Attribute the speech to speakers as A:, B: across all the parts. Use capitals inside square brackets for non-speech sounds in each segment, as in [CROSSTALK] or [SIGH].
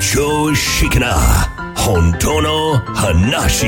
A: 常識な本当の話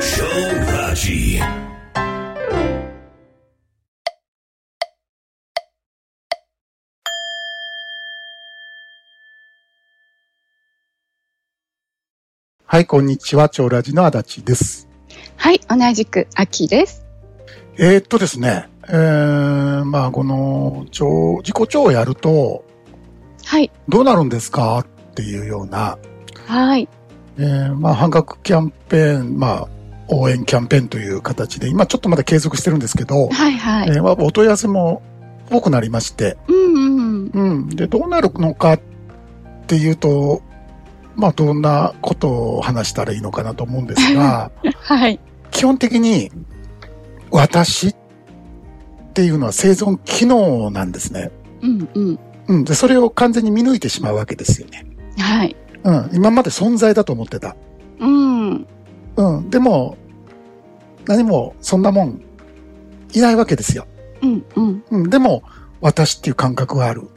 A: 超ラジ
B: はい、こんにちは。超ラジの足立です。
C: はい、同じく秋です。
B: えーっとですね、えー、まあ、この、超、自己超をやると、
C: はい、
B: どうなるんですかっていうような、
C: はい、
B: えー、まあ、半額キャンペーン、まあ、応援キャンペーンという形で、今ちょっとまだ継続してるんですけど、
C: はい、はい。
B: えーまあ、お問い合わせも多くなりまして、
C: うん、うん、
B: うん。で、どうなるのかっていうと、まあ、どんなことを話したらいいのかなと思うんですが、
C: はい、
B: 基本的に、私っていうのは生存機能なんですね。
C: うん、うん、
B: うん。で、それを完全に見抜いてしまうわけですよね。
C: はい、
B: うん。今まで存在だと思ってた。
C: うん、
B: うん。でも、何もそんなもん、いないわけですよ。
C: うん、うん、
B: うん。でも、私っていう感覚がある。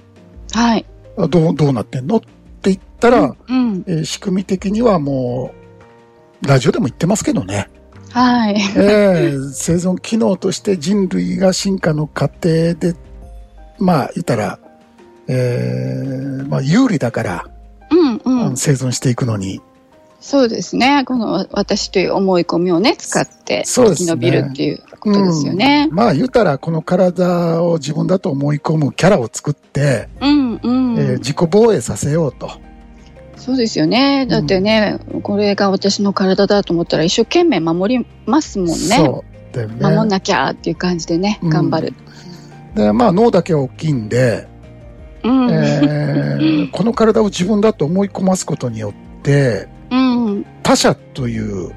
C: はい、
B: あどう、どうなってんのって言ったら、
C: うん、
B: えー仕組み的にはもう、ラジオでも言ってますけどね。
C: はい、
B: えー生存機能として人類が進化の過程で、まあ、言ったら、えーまあ、有利だから、
C: うん、
B: あ
C: うん
B: の、生存していくのに。
C: そうですね。この私という思い込みをね、使って
B: そうで
C: 生
B: す
C: き
B: ね
C: 延びるっていうことですよね
B: うん。まあ、言ったら、この体を自分だと思い込むキャラを作って、
C: うん、うん、
B: えー自己防衛させようと。
C: そうですよね。だってね、これが私の体だと思ったら一生懸命守りますもんね。
B: そう。だよね。
C: 守んなきゃっていう感じでね、
B: うん
C: 頑張る。
B: で、まあ、脳だけは大きいんで、
C: うん、
B: えーこの体を自分だと思い込ますことによって、
C: うん、
B: 他者という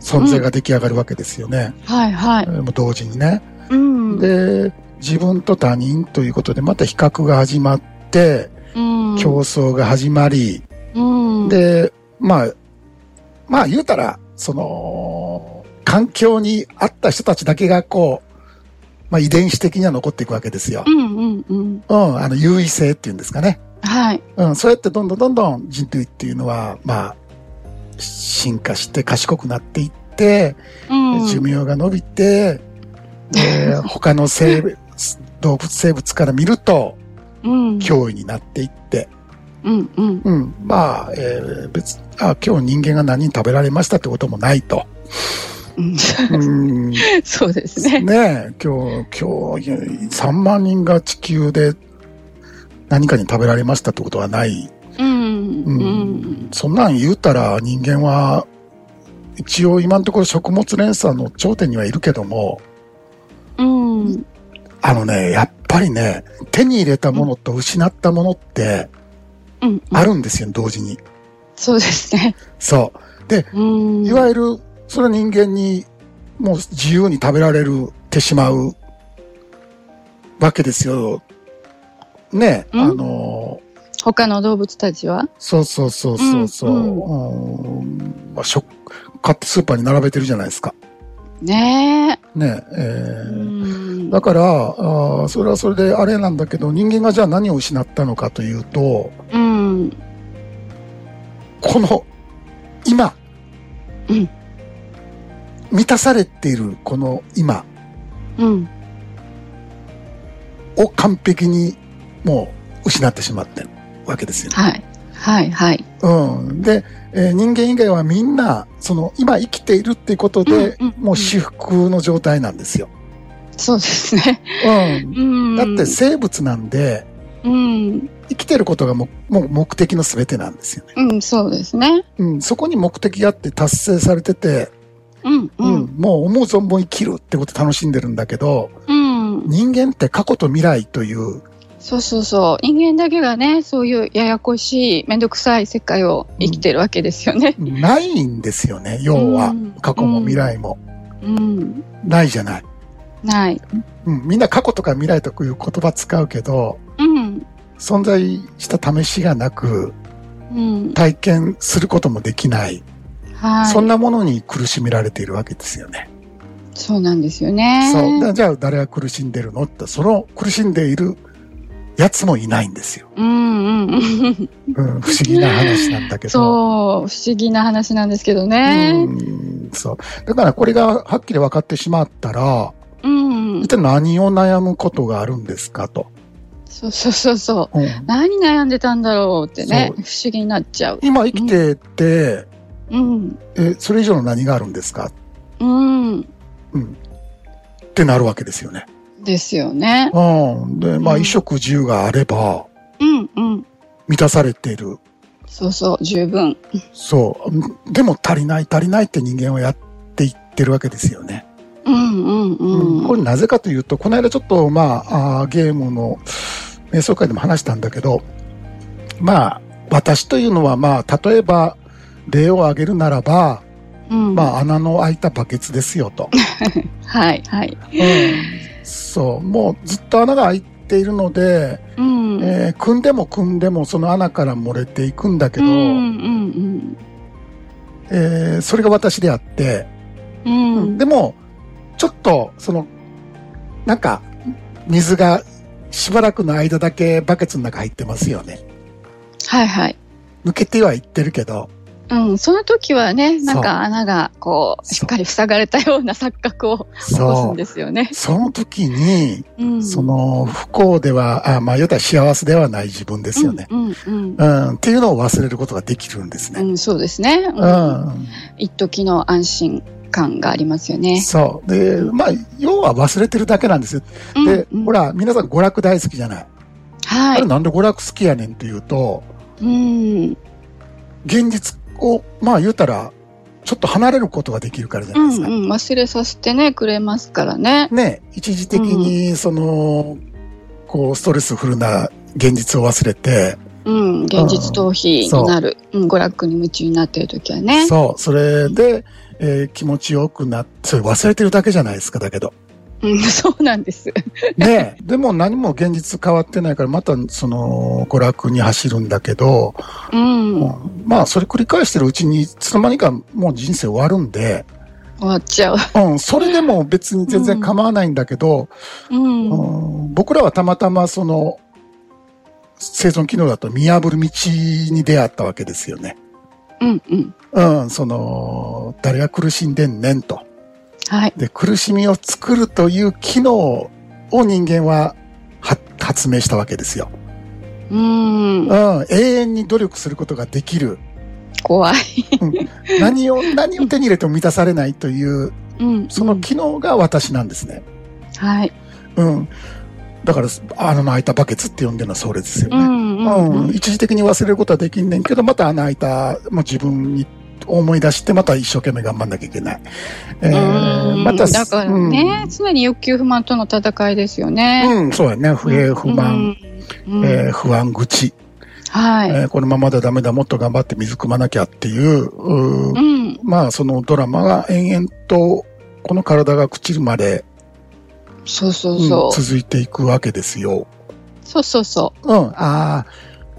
B: 存在が出来上がるわけですよね。
C: はい、はい。
B: もう同時にね。
C: うん、
B: で、自分と他人ということで、また比較が始まって、
C: うん、
B: 競争が始まり、
C: うん、
B: で、まあ、まあ言うたら、その、環境に合った人たちだけがこう、まあ遺伝子的には残っていくわけですよ
C: う。んうんうん。
B: うん、あの優位性っていうんですかね。
C: はい。
B: うん、そうやってどんどんどんどん人類っていうのは、まあ、進化して賢くなっていって、
C: うん。
B: 寿命が伸びて、えー他の生物、動物生物から見ると
C: うん。
B: 脅威になっていって、
C: うんうん。
B: うん、まあ、えー別に、あ、今日人間が何人食べられましたってこともないと。
C: うん。
B: うん、ね
C: [LAUGHS] そうですね。 [LAUGHS]
B: え今日、今日、3万人が地球で何かに食べられましたってことはない
C: うん。
B: う
C: うんん。
B: そんなん言うたら人間は、一応今のところ食物連鎖の頂点にはいるけども、
C: うん。
B: あのね、やっぱりね、手に入れたものと失ったものって
C: うん。
B: あるんですよ、同時に。
C: そうですね。
B: そうう。
C: ん。
B: いわゆる、それは人間にもう自由に食べられるてしまうわけですよ。ね、
C: うん
B: あの、
C: 他の動物たちは
B: そうそうそうそうそう。うんまあ、食、買ってスーパーに並べてるじゃないですか。
C: ね
B: ねえー
C: え。うん。
B: だからあー、それはそれであれなんだけど、人間がじゃあ何を失ったのかというと、
C: うん。
B: この、今、
C: うん
B: 満たされているこの今
C: うん。
B: を完璧にもう失ってしまってるわけですよね。
C: はい。はいはい。
B: うん。で、えー人間以外はみんな、その今生きているっていうことで、
C: うんうんうん
B: もう至福の状態なんですよ。
C: そうですね。
B: うん。
C: うん。
B: だって生物なんで、
C: うん。
B: 生きてることがもうもう目的の全てなんですよね。
C: うん、そうですね。
B: うん、そこに目的があって達成されてて、
C: うんう
B: うん
C: ん。
B: もう思う存分生きるってこと楽しんでるんだけど、
C: うん。
B: 人間って過去と未来という、
C: そうそうそう。人間だけがね、そういうややこしい、めんどくさい世界を生きてるわけですよね。
B: ないんですよね、要は
C: うん。
B: 過去も未来も。
C: うん。
B: ないじゃない。
C: ない。
B: うん、みんな過去とか未来とかいう言葉使うけど、
C: うん。
B: 存在した試しがなく、
C: うん。
B: 体験することもできない。
C: はい。
B: そんなものに苦しめられているわけですよね。
C: そうなんですよね。
B: そう。じゃあ誰が苦しんでるのって、その苦しんでいるやつもいないんですよ。
C: うんうんうん。
B: うん、不思議な話なんだけど。
C: そう、不思議な話なんですけどね。
B: うんそう。だからこれがはっきり分かってしまったら、
C: うん。
B: 一体何を悩むことがあるんですかと。
C: そうそうそうそう。
B: うん
C: 何悩んでたんだろうってね、不思議になっちゃう。
B: 今生きてて、
C: うん。
B: え、それ以上の何があるんですか
C: うん。
B: ってなるわけですよね。
C: ですよね。
B: うん。で、まあ、
C: うん
B: 衣食住があれば、
C: うんうん。
B: 満たされている。
C: そうそう、十分。
B: そう。うんでも足りない足りないって人間はやっていってるわけですよね。
C: うんうんうん。
B: これなぜかというと、この間ちょっと、まあ、あーゲームの瞑想会でも話したんだけど、まあ、私というのは、まあ、例えば、例を挙げるならば、
C: うん、
B: まあ、穴の開いたバケツですよと。
C: はいはい。
B: そう。もうずっと穴が開いているので、
C: うん。
B: えー組んでも組んでもその穴から漏れていくんだけ
C: う
B: ど、
C: んうん
B: えーそれが私であって、
C: うん。うん。
B: でも、ちょっと、その、なんか、水がしばらくの間だけバケツの中入ってますよね。
C: はいはい。
B: 抜けてはいってるけど、
C: うん、その時はね、なん
B: そう
C: か穴がこう、
B: そう
C: しっかり塞がれたような錯覚を起こすん
B: そ
C: ですよね
B: う。。その時に、
C: うん。
B: その不幸では、あまあ、言うたら幸せではない自分ですよね。
C: うんうん
B: うん、っていうのを忘れることができるんです
C: う
B: ね。
C: ん。うん、そうですね。う。
B: うんん。
C: 一時の安心感がありますよね。
B: そう。で、まあ、要は忘れてるだけなんですよ。で、
C: うんうん
B: ほら、皆さん娯楽大好きじゃない。あ
C: は
B: れ
C: い。
B: なんで娯楽好きやねんっていうと、
C: うん。
B: 現実を、まあ言うたら、ちょっと離れることができるからじゃ
C: う
B: ないです
C: ん
B: か。
C: うん。忘れさせてね、くれますからね。
B: ね、一時的に、その、こう、ストレスフルな現実を忘れて、
C: うん。現実逃避になる。うん。娯楽に夢中になっている時はね。
B: そう、それで、えー気持ちよくなって、それ忘れてるだけじゃないですか、だけ
C: [LAUGHS]
B: ど。
C: うん、そうなんです。
B: ね、でも何も現実変わってないから、また、その、娯楽に走るんだけど、
C: うん。終
B: うんまあ、それ繰り返してるうちに、いつの間にかもう人生終わるんで、
C: わっちゃう。
B: うん、それでも別に全然構わないんだけど、
C: うん。
B: う
C: うん
B: ん僕らはたまたまその生存機能だと見破る道に出会ったわけですよね。
C: うん。
B: うん、その、誰が苦しんでんねんと。
C: はい。
B: で、苦しみを作るという機能を人間はは発明したわけですよ。
C: うん
B: う。ん、永遠に努力することができる。
C: 怖い。
B: 何を、何を手に入れても満たされないという、
C: うん。
B: その機能が私なんですね。
C: はい。
B: うん。だから、穴の開いたバケツって呼んでるのはそれですよ
C: う
B: ね。
C: ん。うん
B: う。ん、一時的に忘れることはできんねんけど、また穴開いた、もう自分に思い出して、また一生懸命頑張んなきゃいけない。えー
C: うん
B: また、
C: だからね、常に欲求不満との戦いですよ
B: う
C: ね。
B: ん、うん、そうやね。不平不満、
C: うん。うん
B: えー不安口、
C: はい。
B: えーこのままではダメだ、もっと頑張って水汲まなきゃっていう、うー
C: うん。
B: まあ、そのドラマが延々と、この体が朽ちるまで、
C: そうそう
B: うん
C: そう。
B: 続いていくわけですよ。
C: そうそうそ
B: うん、ああ、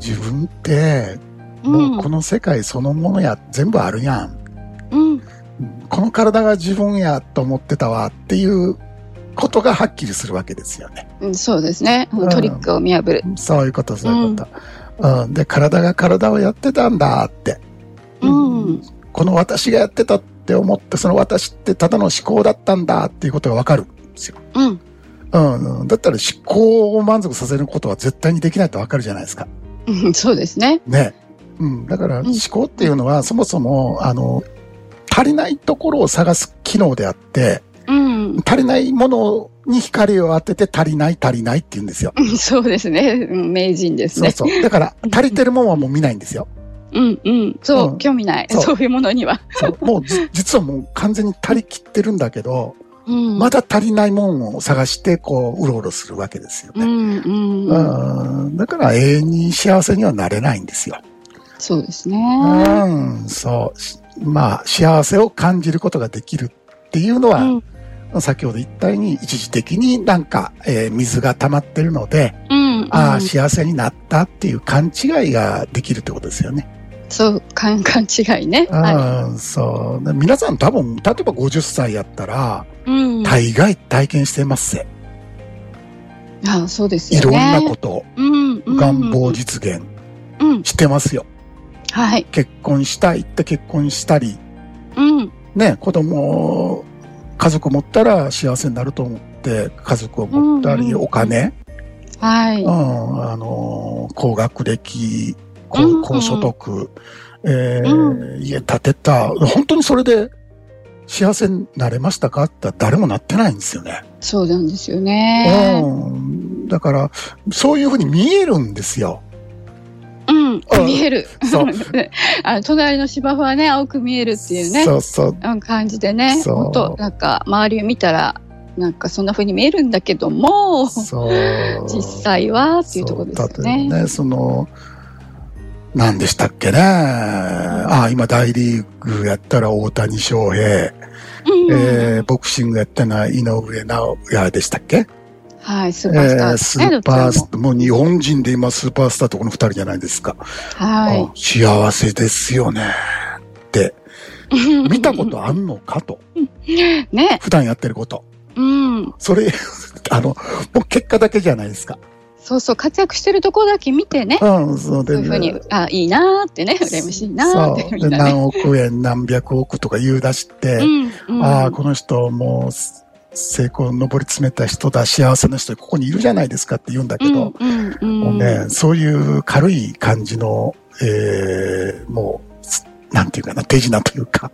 B: 自分って、
C: う。
B: もうこ
C: ん。
B: の世界そのものや、全部あるやん。
C: うん。
B: この体が自分やと思ってたわっていうことがはっきりするわけですよね。
C: うんそうですね。
B: うん
C: トリックを見破る。
B: そういうこと、そういうこと。うんで、体が体をやってたんだって。
C: うん。
B: この私がやってたって思って、その私ってただの思考だったんだっていうことがわかるんですよ。
C: うん。
B: うん、うんだったら思考を満足させることは絶対にできないとわかるじゃないですか。
C: うんそうですね。
B: ね。うん、だから
C: ん
B: 思考っていうのはそもそも、あの、足りないところを探す機能であって、
C: うん。
B: 足りないものに光を当てて足りない足りないって言うんですよ。
C: うんそうですね。うん名人です
B: そう
C: ね。
B: そう。
C: [LAUGHS]
B: だから
C: うん
B: 足りてるもんはもう見ないんですよ。
C: うんうん。そうう、
B: ん
C: 興味ない。
B: そう
C: そういうものには。
B: そうもうじ実はもう完全に足りきってるんだけど、
C: うん。
B: まだ足りないもんを探してこううろうろするわけですよ
C: う
B: ね。
C: んうん
B: う
C: うん。
B: ん、だから永遠に幸せにはなれないんですよ。
C: そうです
B: う
C: ね。
B: ん、そうし。まあ、幸せを感じることができるっていうの
C: う
B: は、
C: ん
B: 先ほど言ったように一時的になんか、えー水が溜まってるので、
C: うん。
B: あ
C: う
B: あ、
C: ん
B: 幸せになったっていう勘違いができるってことですよね。
C: そう、勘勘違いね。は
B: ああ、そう。皆さん多分、例えば50歳やったら、
C: い。うん。
B: 大概体験してますぜ。
C: あそうです
B: い
C: よ
B: ろん
C: ね。
B: なことを。
C: うん
B: 願望実現
C: うん、
B: してますよ。
C: はい、
B: 結婚したいって結婚したり、
C: うん、
B: ね、子供、家族持ったら幸せになると思って、家族を持ったり、
C: うんうん
B: お金、
C: はい、
B: う、
C: うん
B: あのー、高学歴、
C: うん
B: 高
C: うん
B: 高所得、えー
C: う
B: 家建てた、本当にそれで幸せになれましたかって言ったら誰もなってないんですよね。
C: そうなんですよね。
B: うん、だから、そういうふうに見えるんですよ。
C: うん、
B: うん
C: 見える。
B: そう
C: [LAUGHS] あの隣の芝生はね、青く見えるっていうね、
B: そう
C: [LAUGHS]
B: そう。
C: うん感じでね、
B: そう
C: 本当なんか周りを見たら、なんかそんな風に見えるんだけども、
B: そう。
C: 実際はっていうところですよ
B: そうだ
C: ね。
B: ってその、何でしたっけね。ああ、今大リーグやったら大谷翔平、
C: うん
B: えーボクシングやったのは井上尚弥でしたっけ
C: はい、ス
B: え
C: ーパースター
B: ー
C: です
B: ス
C: ね、
B: ーパー
C: ど
B: ス
C: ち
B: ター、もう日本人で今スーパースターとこの二人じゃないですか。
C: らもはい。
B: うん幸せですよね。って、見たことあんのかと。
C: [LAUGHS] ね、
B: 普段やってること。
C: うん、
B: それ、 [LAUGHS] あの、もう結果だけじゃないですか。
C: そうそう、活躍してるとこだけ見てね、
B: うん、そう
C: そう
B: で
C: いうふうに、あ、いいなーってね、羨ましいなーって、
B: そう。
C: み
B: で、
C: んなね。
B: 何億円、何百億とか言う出して、
C: うんうん
B: ああ、この人もうす成功に上り詰めた人だ、幸せな人、ここにいるじゃないですかって言うんだけど、
C: うんうん
B: も
C: う
B: うんね、そういう軽い感じの、えー、もうす、なんていうかな、手品というか、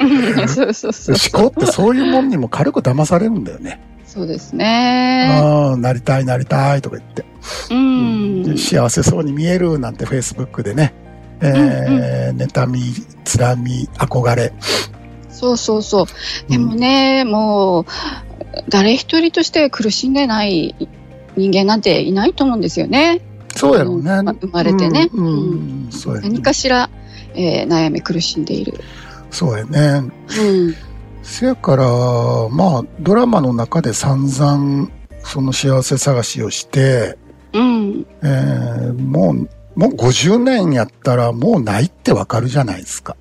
C: うん [LAUGHS] そうそうそう。
B: 思考ってそういうもんにも軽く騙されるんだよね。
C: そうですね。
B: ああ、なりたいなりたいとか言って、
C: うん。
B: で幸せそうに見えるなんてフェイスブックでね、えー妬み、つらみ、憧れ、
C: そうそうそう。でもね、もう、誰一人として苦しんでない人間なんていないと思うんですよね。
B: そうやろうね。
C: うん生まれてね
B: うん、うん
C: う
B: そうやね。
C: 何かしら、えー悩み苦しんでいる。
B: そうやね。
C: うん。
B: せやから、まあ、ドラマの中で散々、その幸せ探しをして、
C: うん。
B: えーもう、もう50年やったらもうないってわかるじゃないですか。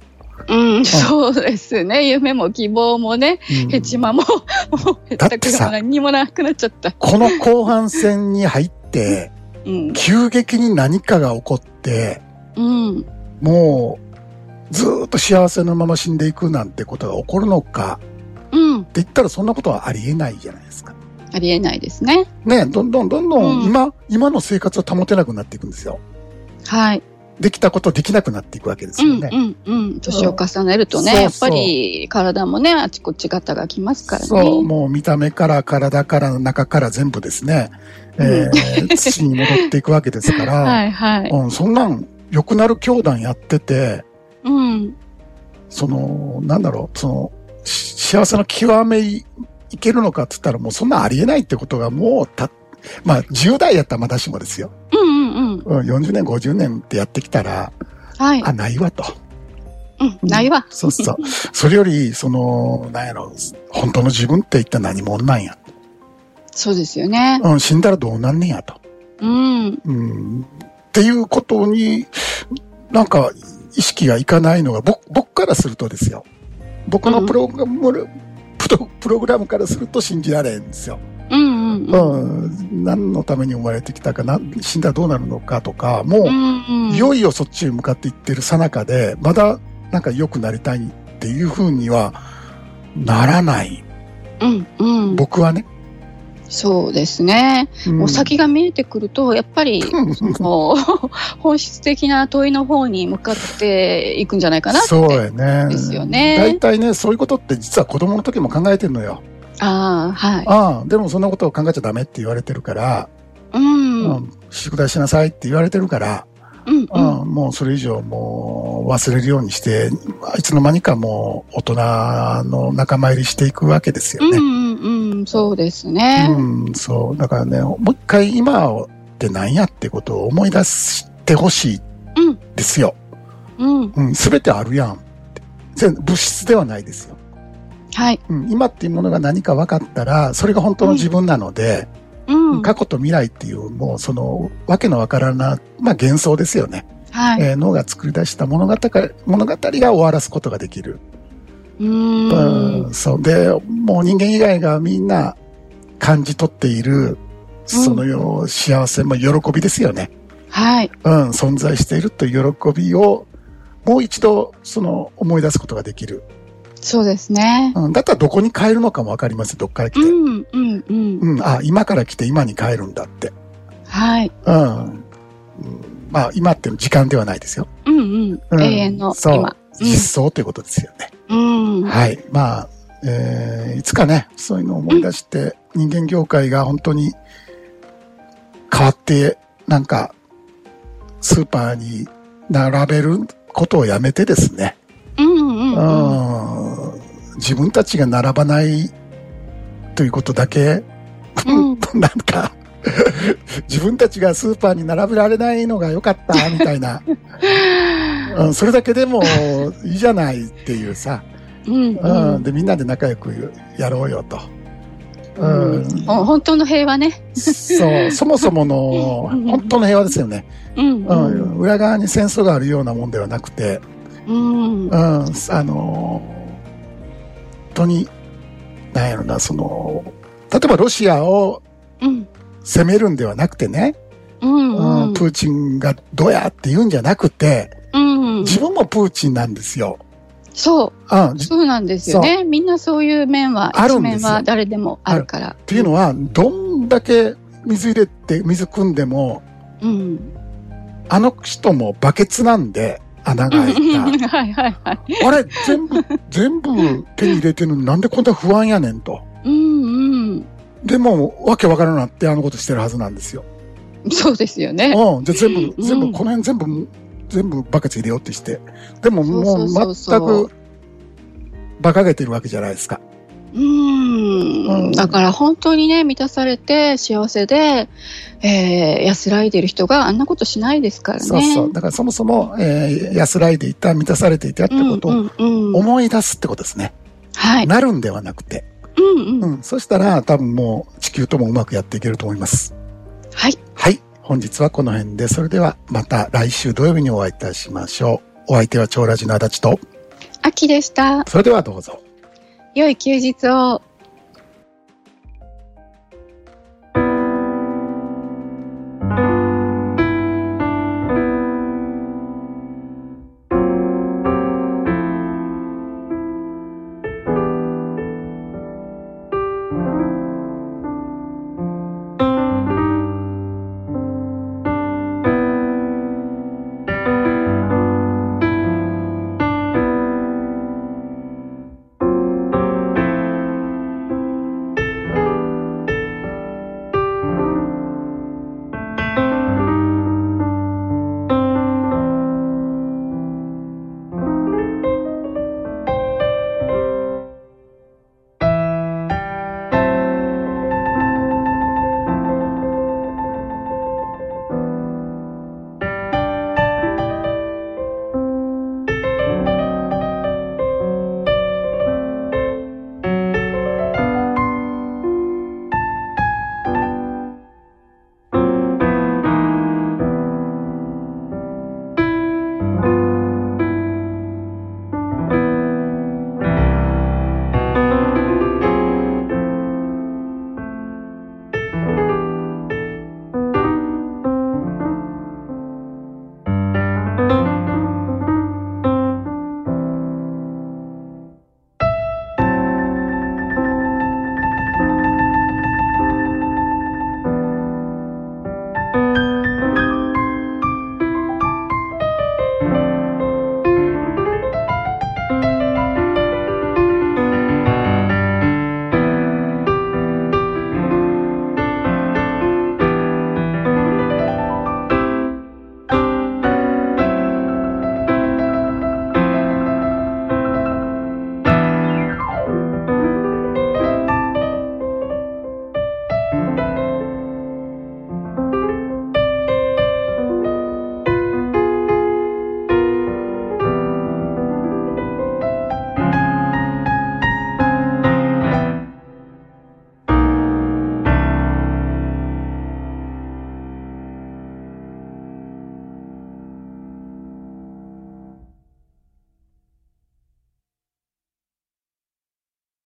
C: うん、そうですね。夢も希望もね、
B: うん
C: ヘチマも、 [LAUGHS] もう、へっ
B: だったて
C: く
B: さ
C: も何にもなくなっちゃった。
B: この後半戦に入って、
C: うん。
B: 急激に何かが起こって、
C: うん。
B: もう、ずーっと幸せのまま死んでいくなんてことが起こるのか
C: うん
B: っ。て言ったらそんなことはありえないじゃないですか。
C: ありえないですね。
B: ね、どんどんどんどん
C: うん
B: 今、今の生活を保てなくなっていくんですよ。
C: はい。
B: できたことできなくなっていくわけです
C: う
B: よ
C: ん
B: ね。
C: うんうん。年を重ねるとね、
B: そう
C: やっぱり体もね、あちこちガタがきますからね。
B: そう、もう見た目から体から中から全部ですね、えー [LAUGHS] 土に戻っていくわけですから、
C: はいはい。
B: うん、そんなん良くなる教団やってて、
C: うん。
B: その、なんだろう、その、し幸せの極めいいけるのかって言ったらもうそんなんありえないってことがもうた、まあ10代やったらまだしもですよ。
C: うんうんうん。
B: うん、40年、50年ってやってきたら、
C: はい
B: あ、。ないわと。
C: うん。ないわ。
B: そう
C: [LAUGHS]
B: そう。それより、その、なんやろ、本当の自分って一体何者なんや。
C: そうですよね。
B: うん、死んだらどうなんねんやと。
C: うん。
B: うん。っていうことに、なんか、意識がいかないのが、僕、僕からするとですよ。僕のプログラム、プロプログラムからすると信じられんですよ。
C: うんうん
B: う
C: う
B: ん。
C: ん。
B: 何のために生まれてきたか、なん死んだらどうなるのかとか、もう、
C: うんうん。
B: いよいよそっちに向かっていってる最中で、まだなんか良くなりたいっていう風にはならない。
C: うんうん。
B: 僕はね。
C: そうですね。
B: うん
C: もう先が見えてくると、やっぱり、
B: うん
C: もう、本質的な問いの方に向かっていくんじゃないかなって。
B: そうやね。
C: ですよね
B: 大体ね、そういうことって実は子供の時も考えてるのよ。
C: ああ、はい。
B: ああ、でもそんなことを考えちゃダメって言われてるから、
C: うん。
B: う
C: うん
B: ん、宿題しなさいって言われてるから、
C: うん。
B: うん、もうそれ以上もう忘れるようにして、いつの間にかもう大人の仲間入りしていくわけですよ
C: う
B: ね。
C: んうんうん、そうですね。
B: うん、そう。だからね、もう一回今って何やってことを思い出してほしい
C: うん
B: ですよ。
C: うん、
B: うん、すべてあるやんって。それ物質ではないですよ。
C: はい。
B: うん、今っていうものが何か分かったら、それが本当の自分なので、
C: うん。は
B: 過去と未来っていう、もうその、わけのわからな、まあ幻想ですよね。
C: い。
B: えー脳が作り出した物語か、物語が終わらすことができる。
C: うー。
B: うんん、そう。で、もう人間以外がみんな感じ取っている、そのよう幸せも喜びですよね。
C: はい。
B: うん、存在しているという喜びを、もう一度、その、思い出すことができる。
C: そうですね。
B: うん、だったらどこに帰るのかもわかりますよ、どっから来
C: う
B: て。
C: ん、うん、うん。
B: うん、あ、今から来て今に帰るんだって。
C: はい。
B: うん。うんまあ、今っていうの時間ではないですよ。
C: うん、う。
B: うんん
C: 永遠の
B: そう
C: 今。
B: 実相ということですよね。
C: うん。うん。
B: はい。まあ、えーいつかね、そういうのを思い出して、人間業界が本当に変わって、なんか、スーパーに並べることをやめてですね、
C: うん、うん。
B: うん自分たちが並ばないということだけ、
C: うん
B: [LAUGHS] なんか、自分たちがスーパーに並べられないのが良かった、みたい
C: [LAUGHS]
B: な、うんそれだけでもいいじゃないっていうさ、
C: うん、
B: う、
C: うんん。
B: でみんなで仲良くやろうよと、う
C: うんんほ本当の平和ね。
B: そうそもそもの
C: うん
B: 本当の平和ですよね、
C: うん、
B: う
C: うんん。
B: 裏側に戦争があるようなもんではなくて、
C: う
B: う
C: ん
B: ん、。あのー本当になんやろなその例えばロシアを
C: うん。
B: 攻めるんではなくてね、
C: うん。
B: うん
C: うん
B: プーチンがどうやって言うんじゃなくて
C: うん。
B: 自分もプーチンなんですよ、
C: そう。
B: うん、じっ
C: そうなんですよね。みんなそういう面は、
B: ある
C: 一
B: んですよ
C: 面は誰でもあるから。
B: ていうのはどんだけ水入れて水汲んでも
C: うん。
B: あの人もバケツなんで、穴が開い
C: [LAUGHS] はいはいはい。
B: た。 [LAUGHS] あれ、全部、全部手に入れてるのになんでこんな不安やねんと。
C: うん
B: でも、わけわからんなってあのことしてるはずなんですよ。
C: うん。そうですよね。
B: うん。じゃあ全
C: う
B: 部、
C: ん
B: 全部、この辺全部、全部バケツ入れようってして。でももう
C: そうそうそう
B: 全
C: そう
B: く、馬鹿げてるわけじゃないですか。う
C: うんん。だから本当にね、満たされて幸せで、えー安らいでる人があんなことしないですからね。
B: そうそう。だからそもそも、えー安らいでいた、満たされていたってこと
C: う
B: を
C: んうんうん。
B: 思い出すってことですね。
C: はい。
B: なるんではなくて。
C: うんう。
B: うんん。そしたら、多分もう、地球ともうまくやっていけると思います。
C: はい。
B: はい。本日はこの辺で、それではまた来週土曜日にお会いいたしましょう。お相手は長ラジの足立と、
C: 秋でした。
B: それではどうぞ。
C: 良い休日を。